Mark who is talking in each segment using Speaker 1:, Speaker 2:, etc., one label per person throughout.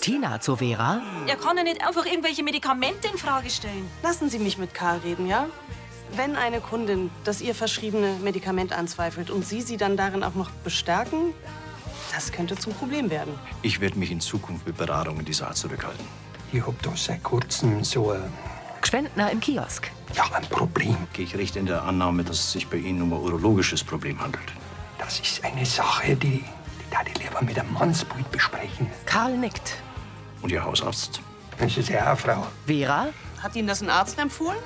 Speaker 1: Tina zu Vera.
Speaker 2: Er kann ja nicht einfach irgendwelche Medikamente in Frage stellen.
Speaker 3: Lassen Sie mich mit Karl reden, ja? Wenn eine Kundin das ihr verschriebene Medikament anzweifelt und Sie sie dann darin auch noch bestärken, das könnte zum Problem werden.
Speaker 4: Ich werde mich in Zukunft mit Beratungen dieser Art zurückhalten.
Speaker 5: Ich hab da seit kurzem so ein,
Speaker 1: Gschwendner im Kiosk.
Speaker 5: ja, ein Problem.
Speaker 4: Gehe ich recht in der Annahme, dass es sich bei Ihnen um ein urologisches Problem handelt?
Speaker 5: Das ist eine Sache, die, die darf ich lieber mit einem Mannsbild besprechen.
Speaker 1: Karl nickt.
Speaker 4: Und Ihr Hausarzt?
Speaker 5: Das ist ja auch eine Frau.
Speaker 1: Vera,
Speaker 3: Hat Ihnen das ein Arzt empfohlen?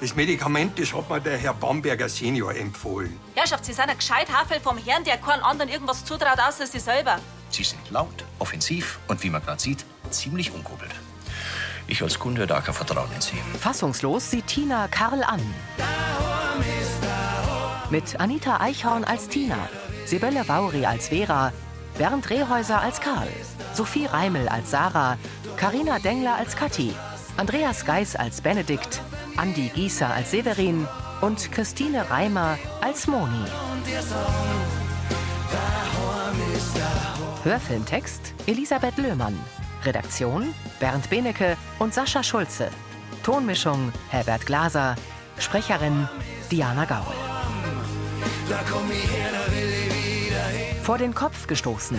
Speaker 5: Das Medikament, das hat mir der Herr Bamberger Senior empfohlen.
Speaker 2: Herrschaft, Sie sind ein gescheit Hafel vom Herrn, der keinen anderen irgendwas zutraut, außer Sie selber.
Speaker 6: Sie sind laut, offensiv und wie man gerade sieht, ziemlich unkoppelt. Ich als Kunde hätte auch kein Vertrauen in Sie.
Speaker 1: fassungslos sieht Tina Karl an. Mit Anita Eichhorn als Tina, Sibylle Vauri als Vera, Bernd Rehäuser als Karl, Sophie Reimel als Sarah, Karina Dengler als Kathi, Andreas Geis als Benedikt, Andi Gießer als Severin und Christine Reimer als Moni. Hörfilmtext Elisabeth Löhmann. Redaktion Bernd Benecke und Sascha Schulze. Tonmischung Herbert Glaser. Sprecherin Diana Gaul. Vor den Kopf gestoßen.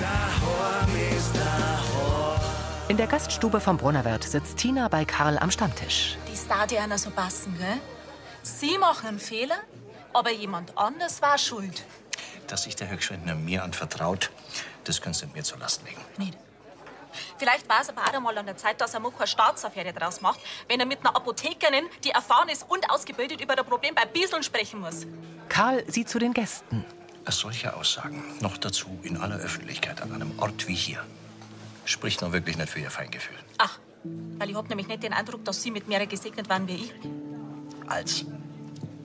Speaker 1: In der Gaststube vom Brunnerwirt sitzt Tina bei Karl am Stammtisch.
Speaker 2: Die Star, die einer so passen, gell? Sie machen einen Fehler, aber jemand anders war schuld.
Speaker 6: Dass sich der Herr Gschwendner mir anvertraut, das können Sie mir zur Last legen.
Speaker 2: Nicht. Vielleicht war es aber auch einmal an der Zeit, dass er mal keine Staatsaffäre draus macht, wenn er mit einer Apothekerin, die erfahren ist und ausgebildet über das Problem bei Bieseln sprechen muss.
Speaker 1: Karl sieht zu den Gästen.
Speaker 6: Solche Aussagen, noch dazu in aller Öffentlichkeit an einem Ort wie hier, spricht nun wirklich nicht für Ihr Feingefühl.
Speaker 2: Ach, weil ich hab nämlich nicht den Eindruck, dass Sie mit mehrere gesegnet waren wie ich.
Speaker 6: Als.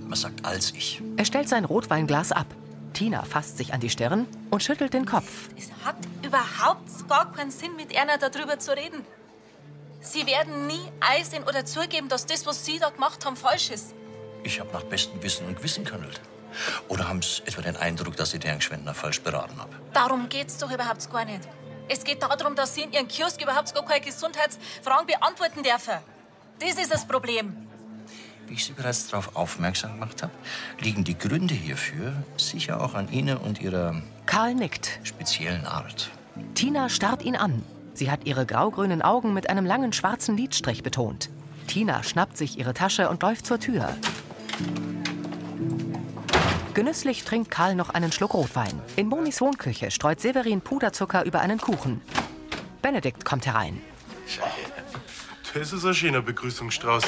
Speaker 6: Man sagt als ich.
Speaker 1: Er stellt sein Rotweinglas ab. Tina fasst sich an die Stirn und schüttelt den Kopf.
Speaker 2: Es hat überhaupt gar keinen Sinn, mit einer darüber zu reden. Sie werden nie einsehen oder zugeben, dass das, was Sie da gemacht haben, falsch ist.
Speaker 6: Ich habe nach bestem Wissen und Gewissen gehandelt. Oder haben Sie etwa den Eindruck, dass ich den Herrn Gschwendner falsch beraten habe?
Speaker 2: Darum geht's doch überhaupt gar nicht. Es geht darum, dass Sie in Ihren Kiosk überhaupt gar keine Gesundheitsfragen beantworten dürfen. Das ist das Problem.
Speaker 6: Wie ich Sie bereits darauf aufmerksam gemacht habe, liegen die Gründe hierfür sicher auch an Ihnen und Ihrer
Speaker 1: Karl nickt.
Speaker 6: speziellen Art.
Speaker 1: Tina starrt ihn an. Sie hat ihre graugrünen Augen mit einem langen schwarzen Lidstrich betont. Tina schnappt sich ihre Tasche und läuft zur Tür. Genüsslich trinkt Karl noch einen Schluck Rotwein. In Monis Wohnküche streut Severin Puderzucker über einen Kuchen. Benedikt kommt herein.
Speaker 7: Das ist ein schöner Begrüßungsstrauß.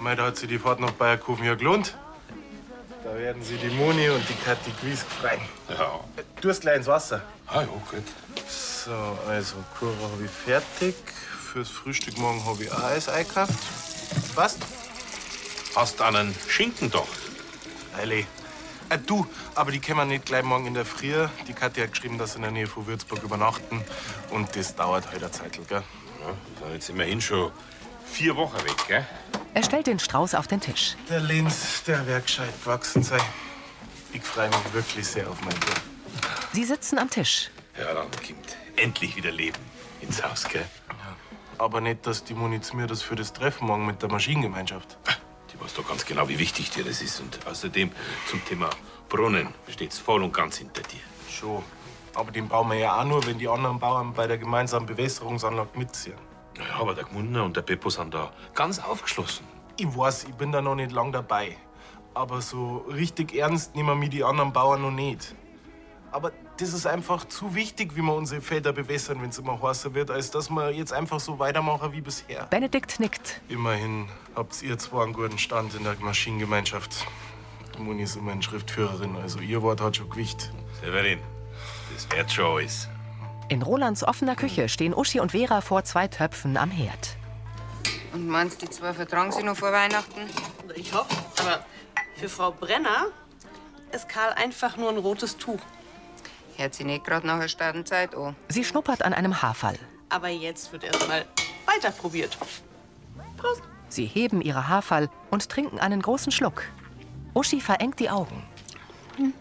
Speaker 7: Mei, da hat sie die Fahrt nach Bayerkofen ja gelohnt. Da werden sie die Moni und die Kathi Gries freien.
Speaker 8: Ja.
Speaker 7: Du hast gleich ins Wasser.
Speaker 8: Ah, ja, gut.
Speaker 7: So, also Kurve habe ich fertig. Fürs Frühstück morgen habe ich auch Eis eingekauft. Passt?
Speaker 8: Hast einen Schinken doch.
Speaker 7: Eilig. Äh, du, aber die können wir nicht gleich morgen in der Früh. Die Kathi hat geschrieben, dass sie in der Nähe von Würzburg übernachten. Und das dauert halt eine Zeit, gell?
Speaker 8: Ja, sind jetzt immerhin schon vier Wochen weg, gell?
Speaker 1: Er stellt den Strauß auf den Tisch.
Speaker 7: Der Linz, der wird gescheit gewachsen sein. Ich freue mich wirklich sehr auf mein Bier.
Speaker 1: Sie sitzen am Tisch.
Speaker 8: Ja, dann kommt endlich wieder Leben ins Haus, gell?
Speaker 7: Aber nicht, dass die Moni zu mir das für das Treffen morgen mit der Maschinengemeinschaft.
Speaker 8: Die weiß doch ganz genau, wie wichtig dir das ist. Und außerdem zum Thema Brunnen steht's voll und ganz hinter dir.
Speaker 7: Schon. Aber den bauen wir ja auch nur, wenn die anderen Bauern bei der gemeinsamen Bewässerungsanlage mitziehen.
Speaker 8: Ja, aber der Gmundner und der Beppo sind da ganz aufgeschlossen.
Speaker 7: Ich weiß, ich bin da noch nicht lang dabei. Aber so richtig ernst nehmen mir die anderen Bauern noch nicht. Aber das ist einfach zu wichtig, wie wir unsere Felder bewässern, wenn es immer heißer wird, als dass wir jetzt einfach so weitermachen wie bisher.
Speaker 1: Benedikt nickt.
Speaker 7: Immerhin habt ihr zwar einen guten Stand in der Maschinengemeinschaft. Die Moni ist immerhin Schriftführerin, also ihr Wort hat schon Gewicht.
Speaker 8: Severin, das wird schon alles.
Speaker 1: In Rolands offener Küche stehen Uschi und Vera vor zwei Töpfen am Herd.
Speaker 9: Und meinst, die zwei vertragen sich noch vor Weihnachten?
Speaker 3: Ich hoffe, aber für Frau Brenner ist Karl einfach nur ein rotes Tuch.
Speaker 9: Hört sich nicht gerade nach der Stadenzeit an.
Speaker 1: Sie schnuppert an einem Haarfall.
Speaker 3: Aber jetzt wird erstmal weiter probiert.
Speaker 1: Sie heben ihre Haarfall und trinken einen großen Schluck. Uschi verengt die Augen.
Speaker 9: Ein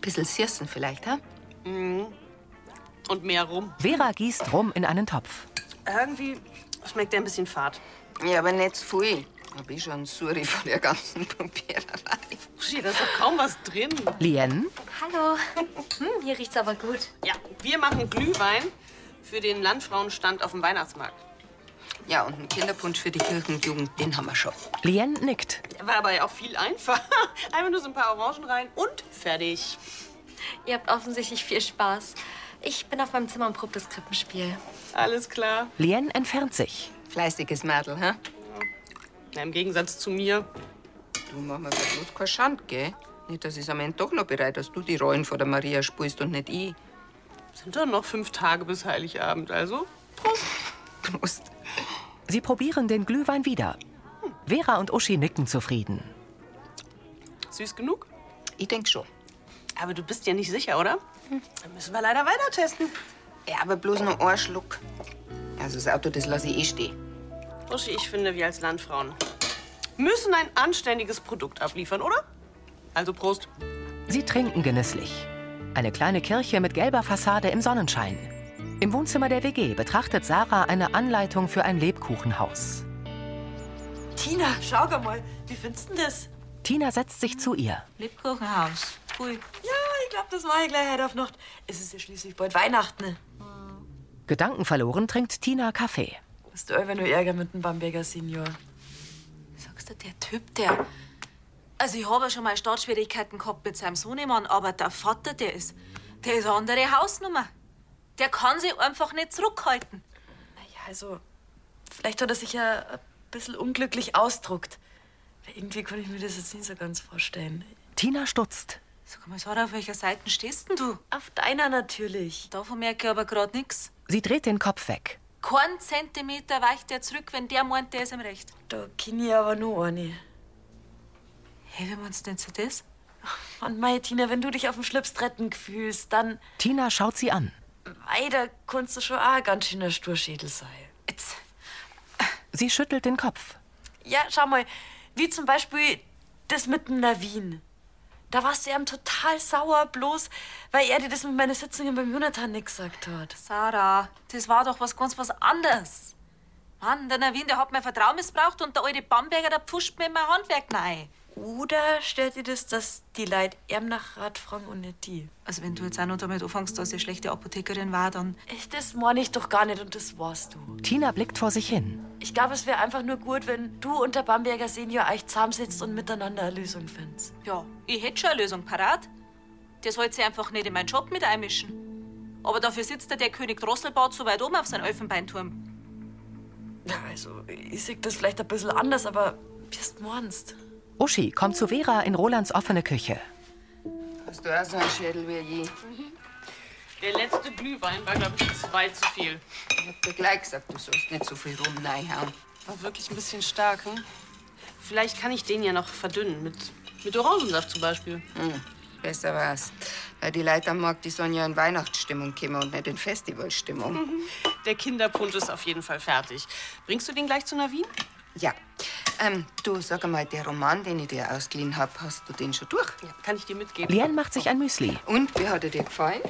Speaker 9: bisschen Sirsen vielleicht, ha?
Speaker 3: Mhm. Und mehr rum.
Speaker 1: Vera gießt Rum in einen Topf.
Speaker 3: Irgendwie schmeckt der ein bisschen fad.
Speaker 9: Ja, aber nicht zu viel. Hab ich schon Suri von der ganzen Probiererei.
Speaker 3: Uschi, da ist doch kaum was drin.
Speaker 1: Lien,
Speaker 10: Hallo. Hm, hier riecht's aber gut.
Speaker 3: Ja, wir machen Glühwein für den Landfrauenstand auf dem Weihnachtsmarkt.
Speaker 9: Ja, und einen Kinderpunsch für die Kirchenjugend, den haben wir schon.
Speaker 1: Lien nickt.
Speaker 3: War aber ja auch viel einfach. Einfach nur so ein paar Orangen rein und fertig.
Speaker 10: Ihr habt offensichtlich viel Spaß. Ich bin auf meinem Zimmer und prob das Krippenspiel.
Speaker 3: Alles klar.
Speaker 1: Lien entfernt sich.
Speaker 9: Fleißiges Mädel, hä?
Speaker 3: Na, Im Gegensatz zu mir.
Speaker 9: Du machst mir bloß keinen Schand, gell? Nicht, dass ich am Ende doch noch bereit, dass du die Rollen vor der Maria spielst und nicht ich.
Speaker 3: Sind doch noch fünf Tage bis Heiligabend, also.
Speaker 9: Prost.
Speaker 1: Sie probieren den Glühwein wieder. Vera und Uschi nicken zufrieden.
Speaker 3: Süß genug?
Speaker 9: Ich denk schon. Hm.
Speaker 3: Aber du bist ja nicht sicher, oder? Dann müssen wir leider weiter testen.
Speaker 9: Ja, aber bloß nur einen Schluck. Also das Auto, das lasse ich eh stehen.
Speaker 3: Uschi, ich finde, wir als Landfrauen müssen ein anständiges Produkt abliefern, oder? Also Prost.
Speaker 1: Sie trinken genüsslich. Eine kleine Kirche mit gelber Fassade im Sonnenschein. Im Wohnzimmer der WG betrachtet Sarah eine Anleitung für ein Lebkuchenhaus.
Speaker 11: Tina, schau doch mal. Wie findest du denn das?
Speaker 1: Tina setzt sich zu ihr.
Speaker 11: Lebkuchenhaus. Cool. Ja, ich glaube, das mache ich gleich heute auf Nacht. Es ist ja schließlich bald Weihnachten.
Speaker 1: Gedankenverloren trinkt Tina Kaffee.
Speaker 11: Hast du immer nur Ärger mit dem Bamberger Senior?
Speaker 2: Sagst du, der Typ, der. Also, ich habe ja schon mal Startschwierigkeiten gehabt mit seinem Sohnemann, aber der Vater, der ist. Der ist eine andere Hausnummer. Der kann sich einfach nicht zurückhalten.
Speaker 11: Naja, also, vielleicht hat er sich ja ein bisschen unglücklich ausdruckt. Weil irgendwie konnte ich mir das jetzt nicht so ganz vorstellen.
Speaker 1: Tina stutzt.
Speaker 2: Sag mal, Sarah, auf welcher Seite stehst denn du?
Speaker 11: Auf deiner natürlich.
Speaker 2: Davon merke ich aber gerade nichts.
Speaker 1: Sie dreht den Kopf weg.
Speaker 2: Kein Zentimeter weicht er zurück, wenn der meint, der ist im Recht.
Speaker 11: Da kenne ich aber nur eine.
Speaker 2: Hey, wir uns denn zu das?
Speaker 11: Und meine Tina, wenn du dich auf dem Schlips retten fühlst, dann
Speaker 1: Tina schaut sie an.
Speaker 11: weiter kannst du schon auch ein ganz schöner Sturschädel sein.
Speaker 2: Jetzt.
Speaker 1: Sie schüttelt den Kopf.
Speaker 11: Ja, schau mal, wie zum Beispiel das mit dem Navin. Da warst du ihm total sauer, bloß weil er dir das mit meiner Sitzung beim Jonathan nicht gesagt hat.
Speaker 2: Sarah, das war doch was ganz was anderes. Mann, der Navin, der hat mein Vertrauen missbraucht und der alte Bamberger, der pfuscht mir in mein Handwerk rein.
Speaker 11: Oder stört dir das, dass die Leute ihm nach Rat fragen und nicht die?
Speaker 2: Also wenn du jetzt auch noch damit anfängst, dass ich schlechte Apothekerin war, dann...
Speaker 11: Ich, das meine ich doch gar nicht und das warst du.
Speaker 1: Tina blickt vor sich hin.
Speaker 11: Ich glaube, es wäre einfach nur gut, wenn du und der Bamberger Senior euch zusammensitzt und miteinander eine Lösung findest.
Speaker 2: Ja, ich hätte schon eine Lösung parat. Der sollte sich einfach nicht in meinen Job mit einmischen. Aber dafür sitzt da der König Drosselbart so weit oben auf seinem Elfenbeinturm.
Speaker 11: Ja, Also, ich sehe das vielleicht ein bisschen anders, aber wie du meinst.
Speaker 1: Uschi kommt zu Vera in Rolands offene Küche.
Speaker 9: Hast du auch so einen Schädel wie je?
Speaker 3: Der letzte Glühwein war, glaube ich, zwei zu viel.
Speaker 9: Ich hab dir gleich gesagt, du sollst nicht so viel rum reinhauen.
Speaker 3: War wirklich ein bisschen stark, hm? Vielleicht kann ich den ja noch verdünnen. Mit, mit Orangensaft zum Beispiel.
Speaker 9: Hm, Besser war's. Weil die Leute am Markt, die sollen ja in Weihnachtsstimmung kommen und nicht in Festivalstimmung.
Speaker 3: Mhm. Der Kinderpunsch ist auf jeden Fall fertig. Bringst du den gleich zu Navin?
Speaker 9: Ja. Ähm, du, sag mal, der Roman, den ich dir ausgeliehen hab, hast du den schon durch?
Speaker 3: Ja, kann ich dir mitgeben.
Speaker 1: Lien macht sich ein Müsli.
Speaker 9: Und, wie hat er dir gefallen?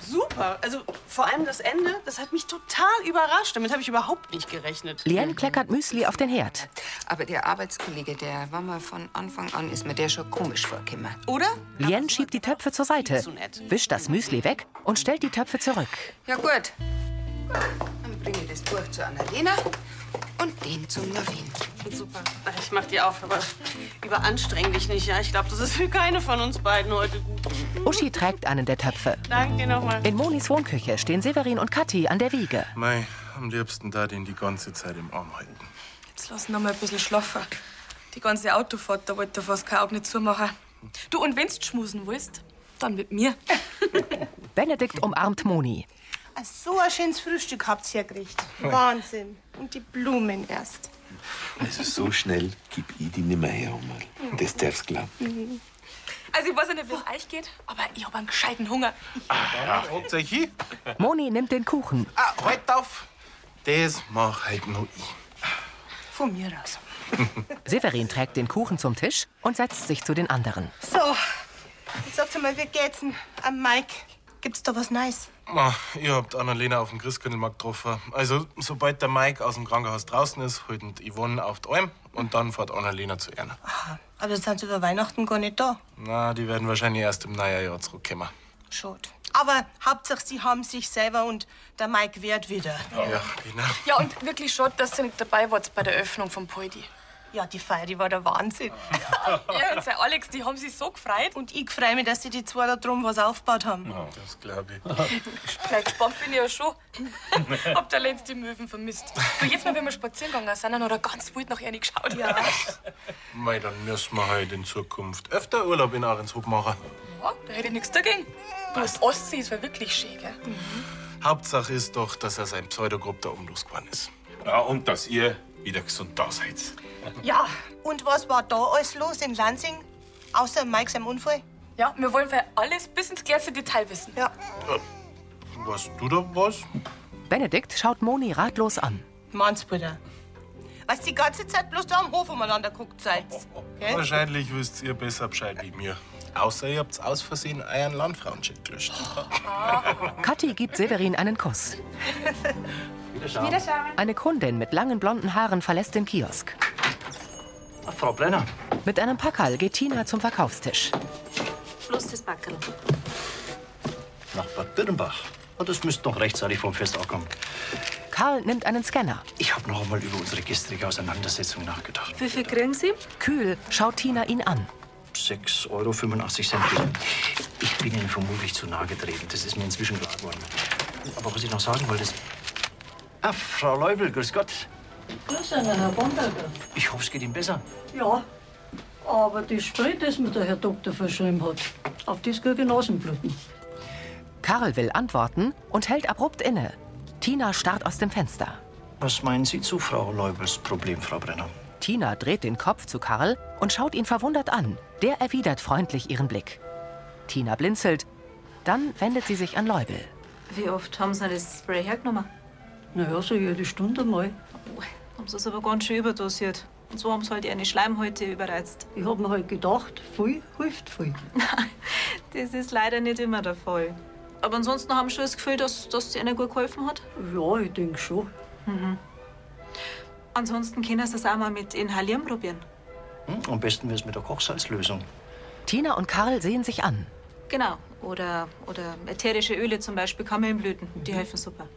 Speaker 3: Super. Also vor allem das Ende, das hat mich total überrascht. Damit habe ich überhaupt nicht gerechnet.
Speaker 1: Lien kleckert Müsli auf den Herd.
Speaker 9: Aber der Arbeitskollege, der war mal von Anfang an, ist mir der schon komisch vorgekommen.
Speaker 3: Oder?
Speaker 1: Lien schiebt die Töpfe zur Seite, wischt das Müsli weg und stellt die Töpfe zurück.
Speaker 9: Ja, gut. Dann bringe ich das durch zu Annalena und den zum Navin.
Speaker 3: Super. Ich mach die auf, aber überanstreng dich nicht, ja? Ich glaube, das ist für keine von uns beiden heute gut.
Speaker 1: Uschi trägt einen der Töpfe.
Speaker 3: Danke dir nochmal.
Speaker 1: In Monis Wohnküche stehen Severin und Kathi an der Wiege.
Speaker 7: Mei, am liebsten da den die ganze Zeit im Arm halten.
Speaker 11: Jetzt lass noch mal ein bisschen schlafen. Die ganze Autofahrt, da wollte fast kein Auge nicht zumachen. Du, und wenn's schmusen willst, dann mit mir.
Speaker 1: Benedikt umarmt Moni.
Speaker 12: So ein schönes Frühstück habt ihr gekriegt. Wahnsinn. Und die Blumen erst.
Speaker 13: Also so schnell gib ich die nimmer her, Omerl. Das darfst du glauben.
Speaker 10: Also ich weiß ja nicht, wie es euch geht, aber ich hab einen gescheiten Hunger.
Speaker 7: Ja, habt ihr hier?
Speaker 1: Moni nimmt den Kuchen.
Speaker 7: Ah, halt auf! Das mach halt nur ich.
Speaker 12: Von mir aus.
Speaker 1: Severin trägt den Kuchen zum Tisch und setzt sich zu den anderen.
Speaker 12: So, jetzt sagt mal, wie geht's denn am Mike? Gibt's da was Neues?
Speaker 7: Ma, ihr habt Annalena auf dem Christkindlmarkt getroffen. Also, sobald der Mike aus dem Krankenhaus draußen ist, holt ihn die Yvonne auf die Alm und dann fährt Annalena zu Erna.
Speaker 12: Aber sind sie über Weihnachten gar nicht da.
Speaker 7: Na, die werden wahrscheinlich erst im Neujahr zurückkommen.
Speaker 12: Schade. Aber Hauptsache, sie haben sich selber und der Mike wehrt wieder.
Speaker 7: Ja, genau.
Speaker 14: Ja, und wirklich schade, dass ihr nicht dabei wart bei der Öffnung vom Poldi.
Speaker 12: Ja, die Feier, die war der Wahnsinn. Ah.
Speaker 14: Ja, und sein Alex, die haben sich so gefreut.
Speaker 12: Und ich freue mich, dass sie die zwei da drum was aufgebaut haben.
Speaker 7: Das glaube ich.
Speaker 14: Gleich gespannt bin ich ja schon. Hab der letzte Möwen vermisst. Du, jetzt mal, wenn wir spazieren gegangen sind, dann hat er ganz wild nach ihr geschaut. Ja.
Speaker 7: Mei, dann müssen wir halt in Zukunft öfter Urlaub in Ahrenshoop machen.
Speaker 14: da hätte ich nichts dagegen. Du, die Ostsee ist war wirklich schön, gell?
Speaker 7: Hauptsache ist doch, dass er sein Pseudogrupp da oben losgeworden ist.
Speaker 8: Ja, und dass ihr wieder gesund da seid.
Speaker 12: Ja. Und was war da alles los in Lansing? Außer Mike seinem Unfall?
Speaker 14: Ja, wir wollen für alles bis ins kleinste Detail wissen.
Speaker 12: Ja.
Speaker 7: Weißt du da was?
Speaker 1: Benedikt schaut Moni ratlos an.
Speaker 12: Manns, Bruder. Was die ganze Zeit bloß da am Hof umeinander guckt seid. Gell?
Speaker 7: Wahrscheinlich wisst ihr besser Bescheid wie mir. Außer ihr habt's aus Versehen euren Landfrauencheck gelöscht.
Speaker 1: Kathi gibt Severin einen Kuss. Eine Kundin mit langen blonden Haaren verlässt den Kiosk.
Speaker 15: Frau Brenner.
Speaker 1: Mit einem Packerl geht Tina zum Verkaufstisch.
Speaker 2: Bloß das Backerl.
Speaker 15: Nach Bad Birnbach. Und das müsste noch rechtzeitig vom Fest ankommen.
Speaker 1: Karl nimmt einen Scanner.
Speaker 15: Ich habe noch einmal über unsere gestrige Auseinandersetzung nachgedacht.
Speaker 2: Wie viel kriegen Sie?
Speaker 1: Kühl schaut Tina ihn an.
Speaker 15: 6,85 Euro. bitte. Ich bin Ihnen vermutlich zu nahe getreten. Das ist mir inzwischen klar geworden. Aber was ich noch sagen wollte, ist. Ah, Frau Leubel, grüß Gott.
Speaker 16: Grüß einen Herr Bamberger.
Speaker 15: Ich hoffe, es geht Ihnen besser.
Speaker 16: Ja, aber das Spray, das mir der Herr Doktor verschrieben hat, auf das kriege ich Nasenbluten.
Speaker 1: Karl will antworten und hält abrupt inne. Tina starrt aus dem Fenster.
Speaker 15: Was meinen Sie zu Frau Leubels Problem, Frau Brenner?
Speaker 1: Tina dreht den Kopf zu Karl und schaut ihn verwundert an. Der erwidert freundlich ihren Blick. Tina blinzelt. Dann wendet sie sich an Leubel.
Speaker 2: Wie oft haben Sie das Spray hergenommen?
Speaker 16: Na ja, so jede Stunde mal.
Speaker 2: Haben Sie es aber ganz schön überdosiert. Und so haben Sie halt eine Schleimhäute überreizt.
Speaker 16: Ich hab mir halt gedacht, viel hilft viel.
Speaker 2: Das ist leider nicht immer der Fall. Aber ansonsten haben Sie schon das Gefühl, dass, dass es Ihnen gut geholfen hat?
Speaker 16: Ja, ich denke schon.
Speaker 2: Mhm. Ansonsten können Sie es auch mal mit Inhalieren probieren.
Speaker 15: Hm? Am besten wäre es mit der Kochsalzlösung.
Speaker 1: Tina und Karl sehen sich an.
Speaker 2: Genau. Oder, oder ätherische Öle, zum Beispiel Kamillenblüten.
Speaker 16: Mhm.
Speaker 2: Die helfen super.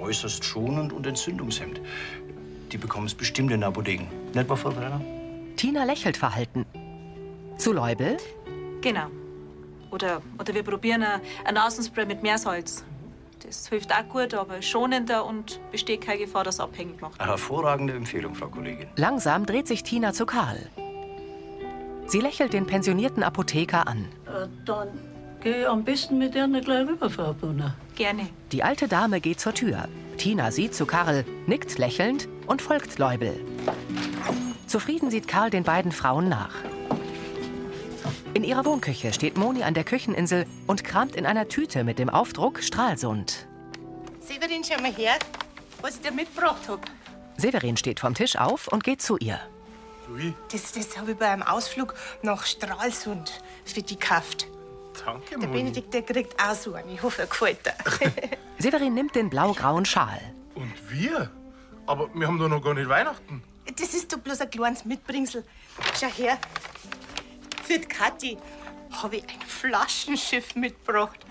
Speaker 15: Äußerst schonend und entzündungshemmend. Die bekommen es bestimmt in der Apotheken. Nicht wahr, Frau Brenner?
Speaker 1: Tina lächelt verhalten. Zu Leubel?
Speaker 2: Genau. Oder, oder wir probieren ein, ein Nasenspray mit Meersalz. Das hilft auch gut, aber schonender und besteht keine Gefahr, dass es abhängig macht.
Speaker 15: Eine hervorragende Empfehlung, Frau Kollegin.
Speaker 1: Langsam dreht sich Tina zu Karl. Sie lächelt den pensionierten Apotheker an.
Speaker 16: Äh, dann geh am besten mit der gleich rüber, Frau Brunner.
Speaker 2: Gerne.
Speaker 1: Die alte Dame geht zur Tür. Tina sieht zu Karl, nickt lächelnd und folgt Leubel. Zufrieden sieht Karl den beiden Frauen nach. In ihrer Wohnküche steht Moni an der Kücheninsel und kramt in einer Tüte mit dem Aufdruck Stralsund.
Speaker 12: Severin, schau mal her, was ich dir mitgebracht hab.
Speaker 1: Severin steht vom Tisch auf und geht zu ihr.
Speaker 12: Das, das habe ich bei einem Ausflug nach Stralsund für die gekauft.
Speaker 7: Danke,
Speaker 12: Der Benedikt, der kriegt auch so einen. Ich hoffe, er gefällt dir.
Speaker 1: Severin nimmt den blau-grauen Schal.
Speaker 7: Und wir? Aber wir haben doch noch gar nicht Weihnachten.
Speaker 12: Das ist doch bloß ein kleines Mitbringsel. Schau her. Für die Kathi habe ich ein Flaschenschiff mitgebracht.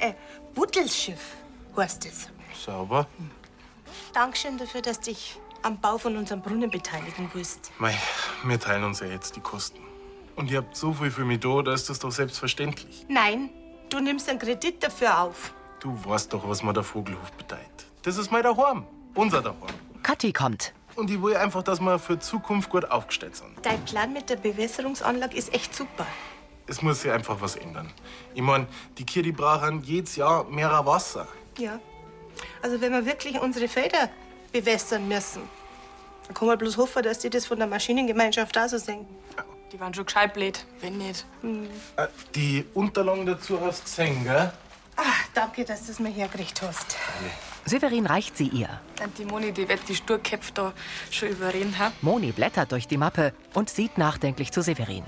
Speaker 12: Äh, Buttelschiff heißt es.
Speaker 7: Sauber.
Speaker 12: Dankeschön dafür, dass du dich am Bau von unserem Brunnen beteiligen willst.
Speaker 7: Mei, wir teilen uns ja jetzt die Kosten. Und ihr habt so viel für mich da, da ist das doch selbstverständlich.
Speaker 12: Nein, du nimmst einen Kredit dafür auf.
Speaker 7: Du weißt doch, was mir der Vogelhof bedeutet. Das ist mein Daheim. Unser Daheim.
Speaker 1: Kathi kommt.
Speaker 7: Und ich will einfach, dass wir für die Zukunft gut aufgestellt sind.
Speaker 12: Dein Plan mit der Bewässerungsanlage ist echt super.
Speaker 7: Es muss sich einfach was ändern. Ich mein, die Kirche brauchen jedes Jahr mehr Wasser.
Speaker 12: Ja. Also wenn wir wirklich unsere Felder bewässern müssen, dann kann man bloß hoffen, dass die das von der Maschinengemeinschaft auch so sehen. Hm.
Speaker 14: Die waren schon gescheit blöd, wenn nicht.
Speaker 7: Äh, die Unterlagen dazu hast du gesehen, gell?
Speaker 12: Ach, Ah, danke, dass du es mir hergekriegt hast.
Speaker 1: Severin reicht sie ihr.
Speaker 14: Und die Moni, die wird die Sturköpfe da schon überreden, ha?
Speaker 1: Moni blättert durch die Mappe und sieht nachdenklich zu Severin.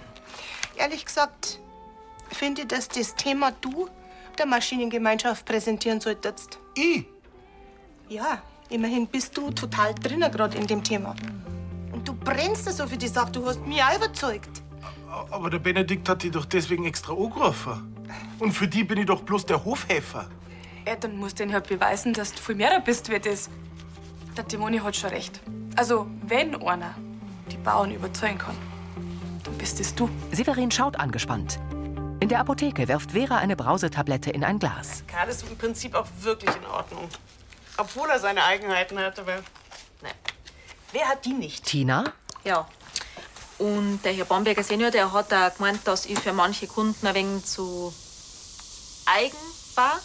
Speaker 12: Ehrlich gesagt, finde ich, dass das Thema Du der Maschinengemeinschaft präsentieren solltest.
Speaker 7: Ich?
Speaker 12: Ja, immerhin bist du total drinnen gerade in dem Thema. Und du brennst da so für die Sache, du hast mich auch überzeugt.
Speaker 7: Aber der Benedikt hat die doch deswegen extra angerufen. Und für die bin ich doch bloß der Hofhelfer.
Speaker 14: Ja, dann musst du ihnen halt beweisen, dass du viel mehrer bist wie das. Der Timoni hat schon recht. Also, wenn einer die Bauern überzeugen kann, dann bist es du.
Speaker 1: Severin schaut angespannt. In der Apotheke wirft Vera eine Brausetablette in ein Glas.
Speaker 3: Karl ist im Prinzip auch wirklich in Ordnung. Obwohl er seine Eigenheiten hat, aber. Nein.
Speaker 2: Wer hat die nicht?
Speaker 1: Tina?
Speaker 2: Ja. Und der Herr Bamberger Senior, der hat auch gemeint, dass ich für manche Kunden ein wenig zu eigen war.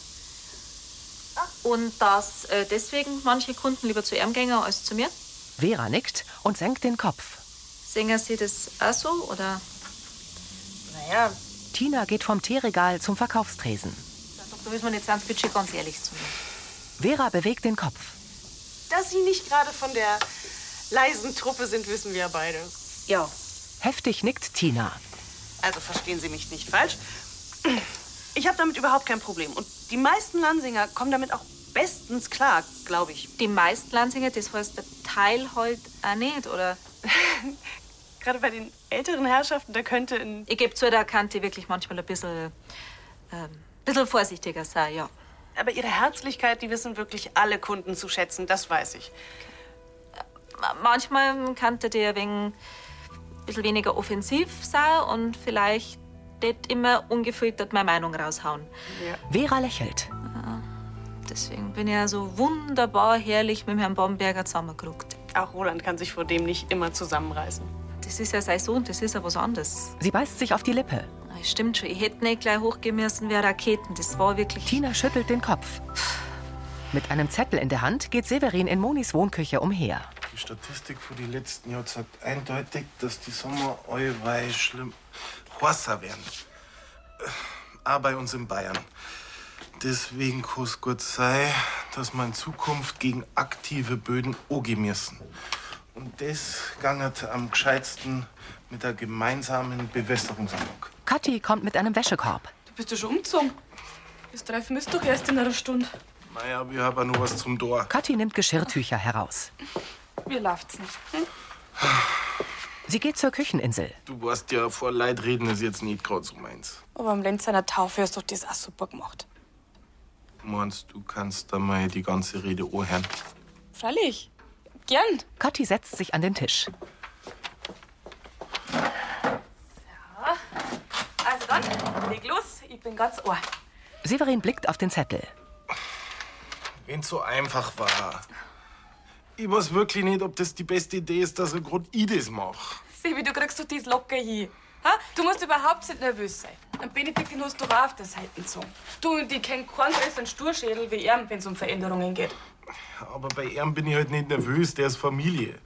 Speaker 2: Und dass äh, deswegen manche Kunden lieber zu ihm gehen als zu mir.
Speaker 1: Vera nickt und senkt den Kopf.
Speaker 2: Sehen Sie das auch so? Oder?
Speaker 12: Naja,
Speaker 1: Tina geht vom Teeregal zum Verkaufstresen.
Speaker 2: da müssen wir jetzt ans Budget ganz ehrlich zu mir.
Speaker 1: Vera bewegt den Kopf.
Speaker 3: Dass sie nicht gerade von der leisen Truppe sind, wissen wir beide.
Speaker 2: Ja.
Speaker 1: Heftig nickt Tina.
Speaker 3: Also verstehen Sie mich nicht falsch. Ich habe damit überhaupt kein Problem. Und die meisten Lansinger kommen damit auch bestens klar, glaube ich.
Speaker 2: Die meisten Lansinger, das heißt der Teil halt auch nicht, oder?
Speaker 3: Gerade bei den älteren Herrschaften, da könnte ein.
Speaker 2: Ich gebe zu, da kann die wirklich manchmal ein bisschen, ähm, bisschen vorsichtiger sein, ja.
Speaker 3: Aber ihre Herzlichkeit, die wissen wirklich alle Kunden zu schätzen, das weiß ich.
Speaker 2: Ma- Manchmal kann der dir wegen ein bisschen weniger offensiv sein und vielleicht nicht immer ungefiltert meine Meinung raushauen.
Speaker 1: Vera lächelt.
Speaker 2: Deswegen bin ich ja so wunderbar herrlich mit Herrn Bomberger zusammengerückt.
Speaker 3: Auch Roland kann sich vor dem nicht immer zusammenreißen.
Speaker 2: Das ist ja sein Sohn, das ist ja was anderes.
Speaker 1: Sie beißt sich auf die Lippe.
Speaker 2: Es Stimmt schon, ich hätte nicht gleich hochgehen müssen wie Raketen. Das war wirklich.
Speaker 1: Tina schüttelt den Kopf. Mit einem Zettel in der Hand geht Severin in Monis Wohnküche umher.
Speaker 7: Die Statistik für die letzten Jahre sagt eindeutig, dass die Sommer allweil schlimm heißer werden. Äh, Auch bei uns in Bayern. Deswegen kann es gut sein, dass wir in Zukunft gegen aktive Böden angehen müssen. Und das gangert am gescheitsten mit der gemeinsamen Bewässerungsanlage.
Speaker 1: Kathi kommt mit einem Wäschekorb.
Speaker 14: Du bist ja schon umgezogen. Das Treffen ist doch erst in einer Stunde.
Speaker 7: Mei, aber ich hab auch noch was zum Tor.
Speaker 1: Kathi nimmt Geschirrtücher heraus.
Speaker 14: Wie läuft's denn? Hm?
Speaker 1: Sie geht zur Kücheninsel.
Speaker 7: Du warst ja vor Leid reden, ist jetzt nicht gerade so meins.
Speaker 14: Aber am Lenz seiner Taufe hast du doch das auch super gemacht.
Speaker 7: Meinst du, kannst da mal die ganze Rede anhören?
Speaker 14: Freilich. Gern.
Speaker 1: Kathi setzt sich an den Tisch.
Speaker 14: Also dann, leg los. Ich bin ganz ohr.
Speaker 1: Severin blickt auf den Zettel.
Speaker 7: Wenn's so einfach war. Ich weiß wirklich nicht, ob das die beste Idee ist, dass er gerade ich das mache.
Speaker 14: Sebi, du kriegst doch das locker hin. Ha? Du musst überhaupt nicht nervös sein. Ein Benedikt, den hast du auch auf der Seite gezogen. Du, und die kennen keinen größeren Sturschädel wie er, wenn es um Veränderungen geht.
Speaker 7: Aber bei ihm bin ich halt nicht nervös, der ist Familie.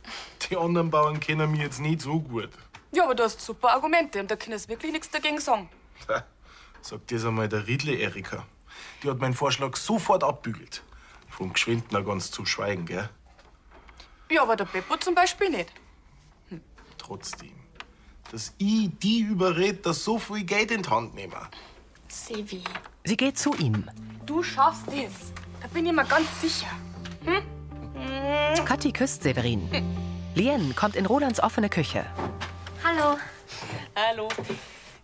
Speaker 7: Die anderen Bauern kennen mich jetzt nicht so gut.
Speaker 14: Ja, aber du hast super Argumente und da kann es wirklich nichts dagegen sagen.
Speaker 7: Ha, Sagt das einmal der Riedle Erika. Die hat meinen Vorschlag sofort abbügelt. Vom Geschwindner ganz zu schweigen, gell?
Speaker 14: Ja, aber der Beppo zum Beispiel nicht.
Speaker 7: Trotzdem. Dass ich die überred, dass so viel Geld in die Hand nehme.
Speaker 14: Sebi.
Speaker 1: Sie geht zu ihm.
Speaker 14: Du schaffst das. Da bin ich mir ganz sicher. Hm?
Speaker 1: Kathi küsst Severin. Lien kommt in Rolands offene Küche.
Speaker 3: Hallo. Hallo.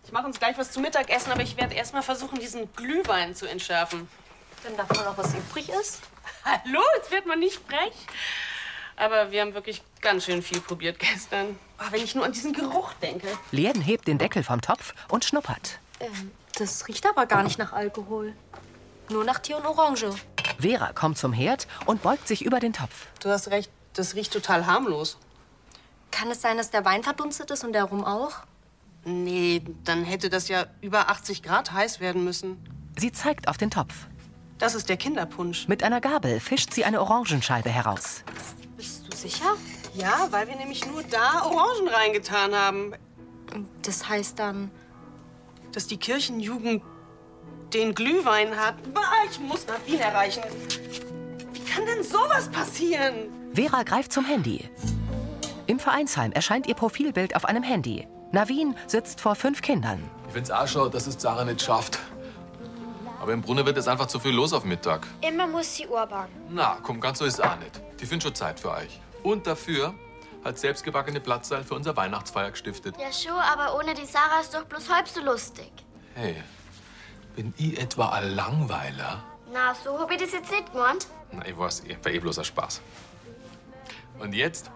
Speaker 3: Ich mache uns gleich was zu Mittagessen, aber ich werde erstmal versuchen, diesen Glühwein zu entschärfen. Wenn davon noch was übrig ist? Hallo, jetzt wird man nicht frech. Aber wir haben wirklich ganz schön viel probiert gestern. Oh, wenn ich nur an diesen Geruch denke.
Speaker 1: Lien hebt den Deckel vom Topf und schnuppert.
Speaker 10: Ähm, das riecht aber gar nicht nach Alkohol. Nur nach Tee und Orange.
Speaker 1: Vera kommt zum Herd und beugt sich über den Topf.
Speaker 3: Du hast recht, das riecht total harmlos.
Speaker 10: Kann es sein, dass der Wein verdunstet ist und der Rum auch?
Speaker 3: Nee, dann hätte das ja über 80 Grad heiß werden müssen.
Speaker 1: Sie zeigt auf den Topf.
Speaker 3: Das ist der Kinderpunsch.
Speaker 1: Mit einer Gabel fischt sie eine Orangenscheibe heraus.
Speaker 10: Bist du sicher?
Speaker 3: Ja, weil wir nämlich nur da Orangen reingetan haben.
Speaker 10: Das heißt dann.
Speaker 3: Dass die Kirchenjugend den Glühwein hat. Bah, Ich muss nach Wien erreichen. Wie kann denn sowas passieren?
Speaker 1: Vera greift zum Handy. Im Vereinsheim erscheint ihr Profilbild auf einem Handy. Navin sitzt vor fünf Kindern.
Speaker 17: Ich find's auch schon, dass es Sarah nicht schafft. Aber im Brunnen wird es einfach zu viel los auf Mittag.
Speaker 18: Immer muss sie urban.
Speaker 17: Na, komm, ganz so ist auch nicht. Die finden schon Zeit für euch. Und dafür hat selbstgebackene Platzseil für unser Weihnachtsfeier gestiftet.
Speaker 18: Ja, schon, aber ohne die Sarah ist doch bloß halb so lustig.
Speaker 17: Hey, bin ich etwa ein Langweiler?
Speaker 18: Na, so hab ich das jetzt nicht gemeint.
Speaker 17: Na, ich weiß, eh, war eh bloßer Spaß. Und jetzt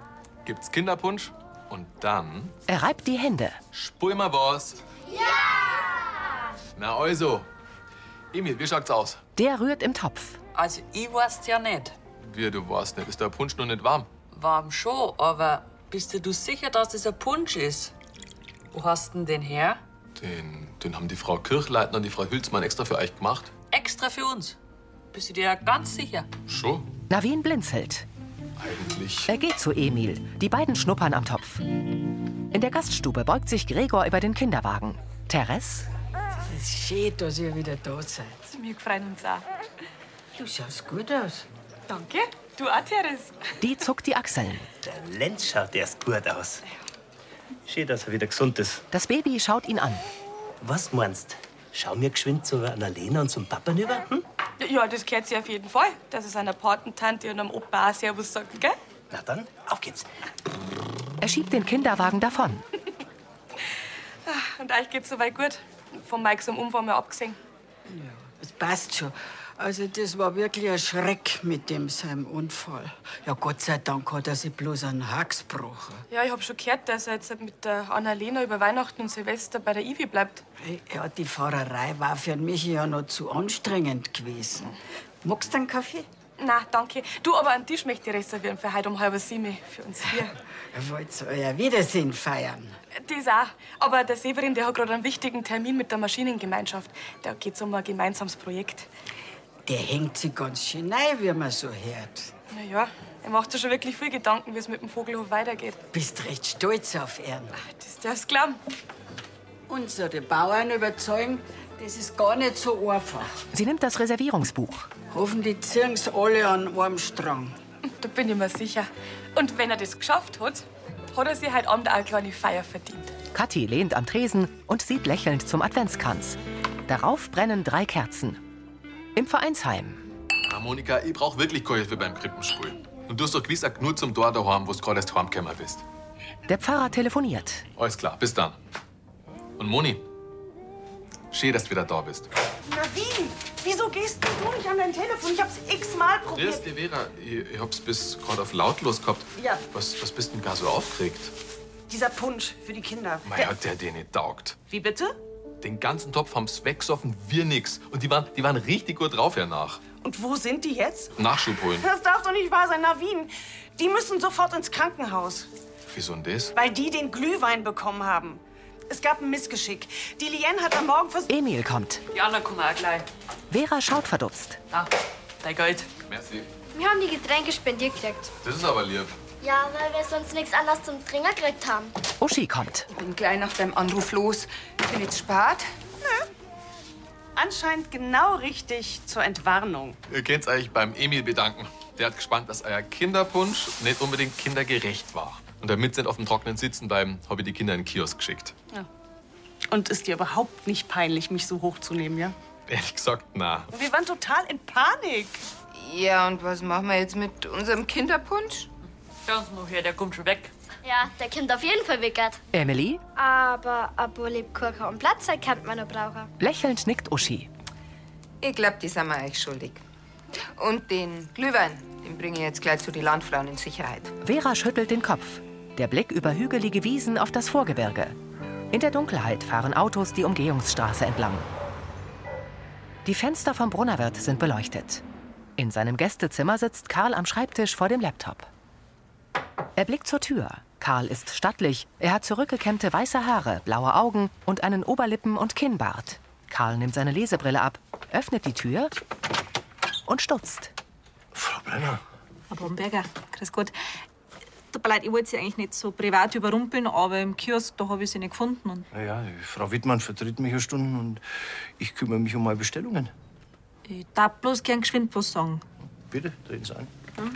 Speaker 17: gibt's Kinderpunsch und dann
Speaker 1: Er reibt die Hände.
Speaker 17: spul mal was.
Speaker 18: Ja!
Speaker 17: Na also, Emil, wie schaut's aus?
Speaker 1: Der rührt im Topf.
Speaker 19: Also, ich weiß ja nicht.
Speaker 17: Wie, du weißt nicht, ist der Punsch noch nicht warm?
Speaker 19: Warm schon, aber bist du du sicher, dass das ein Punsch ist? Wo hast denn den her?
Speaker 17: Den, den haben die Frau Kirchleitner und die Frau Hülsmann extra für euch gemacht.
Speaker 19: Extra für uns. Bist du dir ganz sicher?
Speaker 17: Schon?
Speaker 1: Navin blinzelt.
Speaker 17: Eigentlich.
Speaker 1: Er geht zu Emil. Die beiden schnuppern am Topf. In der Gaststube beugt sich Gregor über den Kinderwagen. Therese?
Speaker 20: Es ist schön, dass ihr wieder da seid.
Speaker 14: Wir freuen uns auch.
Speaker 20: Du schaust gut aus.
Speaker 14: Danke. Du auch, Teres.
Speaker 1: Die zuckt die Achseln.
Speaker 21: Der Lenz schaut erst gut aus. Schön, dass er wieder gesund ist.
Speaker 1: Das Baby schaut ihn an.
Speaker 21: Was meinst? Schauen wir geschwind zu Annalena und zum Papa rüber? Hm?
Speaker 14: Ja, das gehört sie auf jeden Fall, dass es einer Patentante und einem Opa auch Servus sagt, gell?
Speaker 21: Na dann, auf geht's.
Speaker 1: Er schiebt den Kinderwagen davon.
Speaker 14: Ah, Und euch geht's soweit gut. Von Mikes am Umfang mal abgesehen.
Speaker 20: Das passt schon. Also, das war wirklich ein Schreck mit dem seinem Unfall. Ja, Gott sei Dank hat er sich bloß einen Hax gebrochen.
Speaker 14: Ja, ich hab schon gehört, dass er jetzt mit der Annalena über Weihnachten und Silvester bei der Ivi bleibt.
Speaker 20: Ja, die Fahrerei war für mich ja noch zu anstrengend gewesen. Magst du einen Kaffee?
Speaker 14: Na, danke. Du, aber einen Tisch möchte ich reservieren für heute um halb sieben für uns vier.
Speaker 20: Wollt ihr euer Wiedersehen feiern?
Speaker 14: Das auch. Aber der Severin, der hat gerade einen wichtigen Termin mit der Maschinengemeinschaft. Da geht's um ein gemeinsames Projekt.
Speaker 20: Der hängt sich ganz schön rein, wie man so hört.
Speaker 14: Na ja, er macht sich schon wirklich viel Gedanken, wie es mit dem Vogelhof weitergeht.
Speaker 20: Bist recht stolz auf ihn.
Speaker 14: Das darfst du glauben.
Speaker 20: Unsere Bauern überzeugen, das ist gar nicht so einfach.
Speaker 1: Sie nimmt das Reservierungsbuch.
Speaker 20: Hoffentlich ziehen sie alle an einem Strang.
Speaker 14: Da bin ich mir sicher. Und wenn er das geschafft hat, hat er sich heute Abend auch eine kleine Feier verdient.
Speaker 1: Kathi lehnt am Tresen und sieht lächelnd zum Adventskranz. Darauf brennen drei Kerzen. Im Vereinsheim.
Speaker 17: Na, Monika, ich brauch wirklich keine Hilfe beim Krippenspul. Und du hast doch gewiss auch nur zum Tor daheim, wo du gerade erst heimgekommen bist.
Speaker 1: Der Pfarrer telefoniert.
Speaker 17: Alles klar, bis dann. Und Moni, schön, dass du wieder da bist.
Speaker 12: Navin, wieso gehst denn du nicht an dein Telefon? Ich hab's x-mal probiert.
Speaker 17: Grüß dich, Vera. Ich, ich hab's bis gerade auf lautlos gehabt.
Speaker 12: Ja.
Speaker 17: Was, was bist denn gar so aufgeregt?
Speaker 12: Dieser Punsch für die Kinder.
Speaker 17: Mei,
Speaker 12: Der-
Speaker 17: hat der den nicht taugt.
Speaker 12: Wie bitte?
Speaker 17: Den ganzen Topf haben's weggesoffen, wir nix. Und die waren, die waren richtig gut drauf hernach.
Speaker 12: Und wo sind die jetzt?
Speaker 17: Nachschub holen.
Speaker 12: Das darf doch nicht wahr sein, Navin. Die müssen sofort ins Krankenhaus,
Speaker 17: Wieso denn das?
Speaker 12: weil die den Glühwein bekommen haben. Es gab ein Missgeschick. Die Lien hat am Morgen versucht.
Speaker 1: Emil kommt.
Speaker 19: Die anderen kommen auch gleich.
Speaker 1: Vera schaut verdutzt.
Speaker 19: Da, dein Geld.
Speaker 17: Merci.
Speaker 18: Wir haben die Getränke spendiert gekriegt.
Speaker 17: Das ist aber lieb.
Speaker 18: Ja, weil wir sonst nichts anderes zum Trinken gekriegt haben.
Speaker 1: Uschi kommt.
Speaker 9: Ich bin gleich nach deinem Anruf los. Bin jetzt spät.
Speaker 12: Anscheinend genau richtig zur Entwarnung.
Speaker 17: Ihr könnt's euch beim Emil bedanken. Der hat gespannt, dass euer Kinderpunsch nicht unbedingt kindergerecht war. Und damit sie nicht auf dem Trockenen sitzen bleiben, habe ich die Kinder in den Kiosk geschickt.
Speaker 12: Und ist dir überhaupt nicht peinlich, mich so hochzunehmen, ja?
Speaker 17: Ehrlich gesagt, na.
Speaker 12: Wir waren total in Panik.
Speaker 9: Ja, und was machen wir jetzt mit unserem Kinderpunsch?
Speaker 19: Ganz noch her, der kommt schon weg.
Speaker 18: Ja, der kommt auf jeden Fall wickert.
Speaker 1: Emily?
Speaker 18: Aber Abolebkuchen und Platzzeit kann man noch brauchen.
Speaker 1: Lächelnd nickt Uschi.
Speaker 9: Ich glaub, die sind wir euch schuldig. Und den Glühwein, den bringe ich jetzt gleich zu den Landfrauen in Sicherheit.
Speaker 1: Vera schüttelt den Kopf. Der Blick über hügelige Wiesen auf das Vorgebirge. In der Dunkelheit fahren Autos die Umgehungsstraße entlang. Die Fenster vom Brunnerwirt sind beleuchtet. In seinem Gästezimmer sitzt Karl am Schreibtisch vor dem Laptop. Er blickt zur Tür. Karl ist stattlich. Er hat zurückgekämmte weiße Haare, blaue Augen und einen Oberlippen- und Kinnbart. Karl nimmt seine Lesebrille ab, öffnet die Tür und stutzt.
Speaker 2: Frau Berger, grüß Gott. Tut mir leid, ich wollte Sie eigentlich nicht so privat überrumpeln, aber im Kiosk, da habe ich Sie nicht gefunden. Und
Speaker 15: Naja, die Frau Wittmann vertritt mich ja Stunden und ich kümmere mich um meine Bestellungen.
Speaker 2: ich darf bloß gern geschwind was sagen.
Speaker 15: Bitte, drehen Sie an.
Speaker 3: Hm?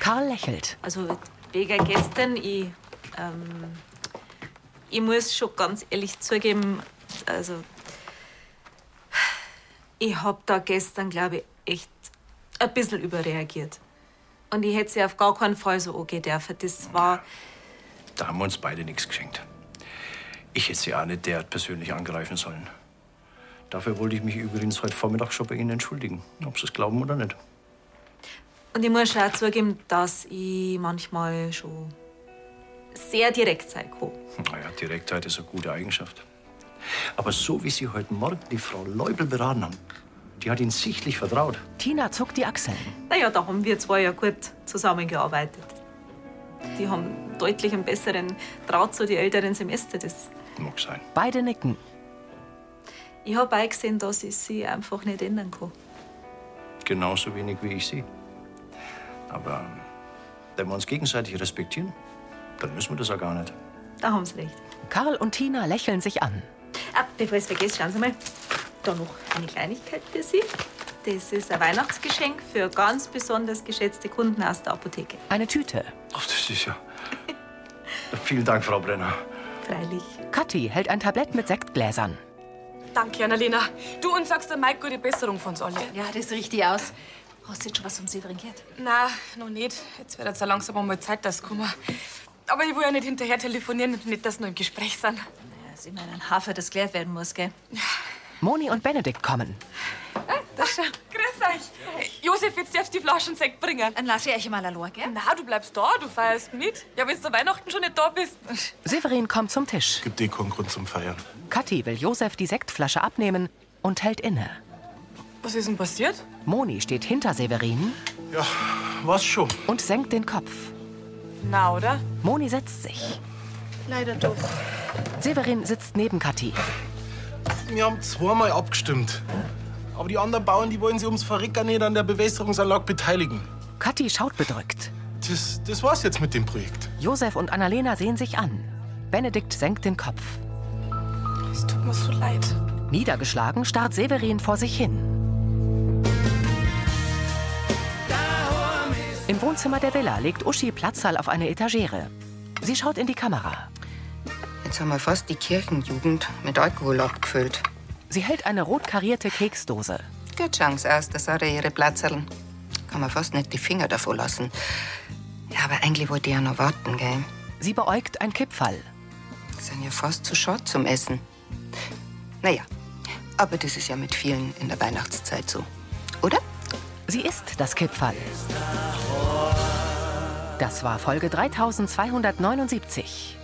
Speaker 1: Karl lächelt.
Speaker 2: Also, Berger, gestern, ich, ähm, ich muss schon ganz ehrlich zugeben, also, Ich hab da gestern, glaube ich, echt ein bisschen überreagiert. Und ich hätte sie auf gar keinen Fall so angehen dürfen. Das war.
Speaker 6: Da haben wir uns beide nichts geschenkt. Ich hätte sie auch nicht derart persönlich angreifen sollen. Dafür wollte ich mich übrigens heute Vormittag schon bei Ihnen entschuldigen, ob Sie es glauben oder nicht.
Speaker 2: Und ich muss schon auch zugeben, dass ich manchmal schon sehr direkt sein kann.
Speaker 6: Naja, Direktheit ist eine gute Eigenschaft. Aber so wie Sie heute Morgen die Frau Leubel beraten haben, die hat Ihnen sichtlich vertraut.
Speaker 2: Tina zuckt die Achseln. Naja, da haben wir zwei ja gut zusammengearbeitet. Die haben deutlich einen besseren Draht zu den älteren Semester. Das.
Speaker 6: Mag sein.
Speaker 1: Beide nicken.
Speaker 2: Ich habe auch gesehen, dass ich sie einfach nicht ändern kann.
Speaker 6: Genauso wenig wie ich Sie. Aber ähm, wenn wir uns gegenseitig respektieren, dann müssen wir das ja gar nicht.
Speaker 2: Da haben sie recht.
Speaker 1: Karl und Tina lächeln sich an.
Speaker 2: Ah, bevor ich es vergesse, schauen Sie mal. Da noch eine Kleinigkeit für Sie. Das ist ein Weihnachtsgeschenk für ganz besonders geschätzte Kunden aus der Apotheke.
Speaker 1: Eine Tüte.
Speaker 6: Ach, das ist ja. Vielen Dank, Frau Brenner.
Speaker 2: Freilich.
Speaker 1: Kathi hält ein Tablett mit Sektgläsern.
Speaker 14: Danke, Annalena. Du und sagst der Mike gute Besserung von uns alle.
Speaker 2: Ja, das richtig aus. Hast du jetzt schon was vom Silberen gehört?
Speaker 14: Na, noch nicht. Jetzt wird jetzt ja langsam einmal Zeit, dass kommen. Aber ich will ja nicht hinterher telefonieren und nicht, dass wir noch im Gespräch sind.
Speaker 2: Das ist immer ein Hafer, das klärt werden muss, gell?
Speaker 1: Moni und Benedikt kommen.
Speaker 14: Ah, da schon. Grüß euch. Josef, jetzt darfst du die Flaschen Sekt bringen. Dann lass ich euch mal allein, gell? Na, du bleibst da, du feierst mit. Ja, wenn du Weihnachten schon nicht da bist.
Speaker 1: Severin kommt zum Tisch.
Speaker 7: Gibt eh keinen Grund zum Feiern.
Speaker 1: Kathi will Josef die Sektflasche abnehmen und hält inne.
Speaker 14: Was ist denn passiert?
Speaker 1: Moni steht hinter Severin.
Speaker 7: Ja, was schon.
Speaker 1: Und senkt den Kopf.
Speaker 14: Na, oder?
Speaker 1: Moni setzt sich.
Speaker 12: Leider doch.
Speaker 1: Severin sitzt neben Kathi.
Speaker 7: Wir haben zweimal abgestimmt. Aber die anderen Bauern, die wollen sich ums Verrecken nicht an der Bewässerungsanlage beteiligen.
Speaker 1: Kathi schaut bedrückt.
Speaker 7: Das, das war's jetzt mit dem Projekt.
Speaker 1: Josef und Annalena sehen sich an. Benedikt senkt den Kopf.
Speaker 14: Es tut mir so leid.
Speaker 1: Niedergeschlagen starrt Severin vor sich hin. Im Wohnzimmer der Villa legt Uschi Platzal auf eine Etagere. Sie schaut in die Kamera.
Speaker 9: Jetzt haben wir fast die Kirchenjugend mit Alkohol abgefüllt.
Speaker 1: Sie hält eine rot karierte Keksdose.
Speaker 9: Gute Chance aus, dass alle ihre Platzerln. Kann man fast nicht die Finger davon lassen. Ja, aber eigentlich wollte ich ja noch warten, gell?
Speaker 1: Sie beäugt ein Kippfall.
Speaker 9: Sind ja fast zu schad zum Essen. Naja, aber das ist ja mit vielen in der Weihnachtszeit so. Oder?
Speaker 1: Sie isst das Kippfall. Das war Folge 3279.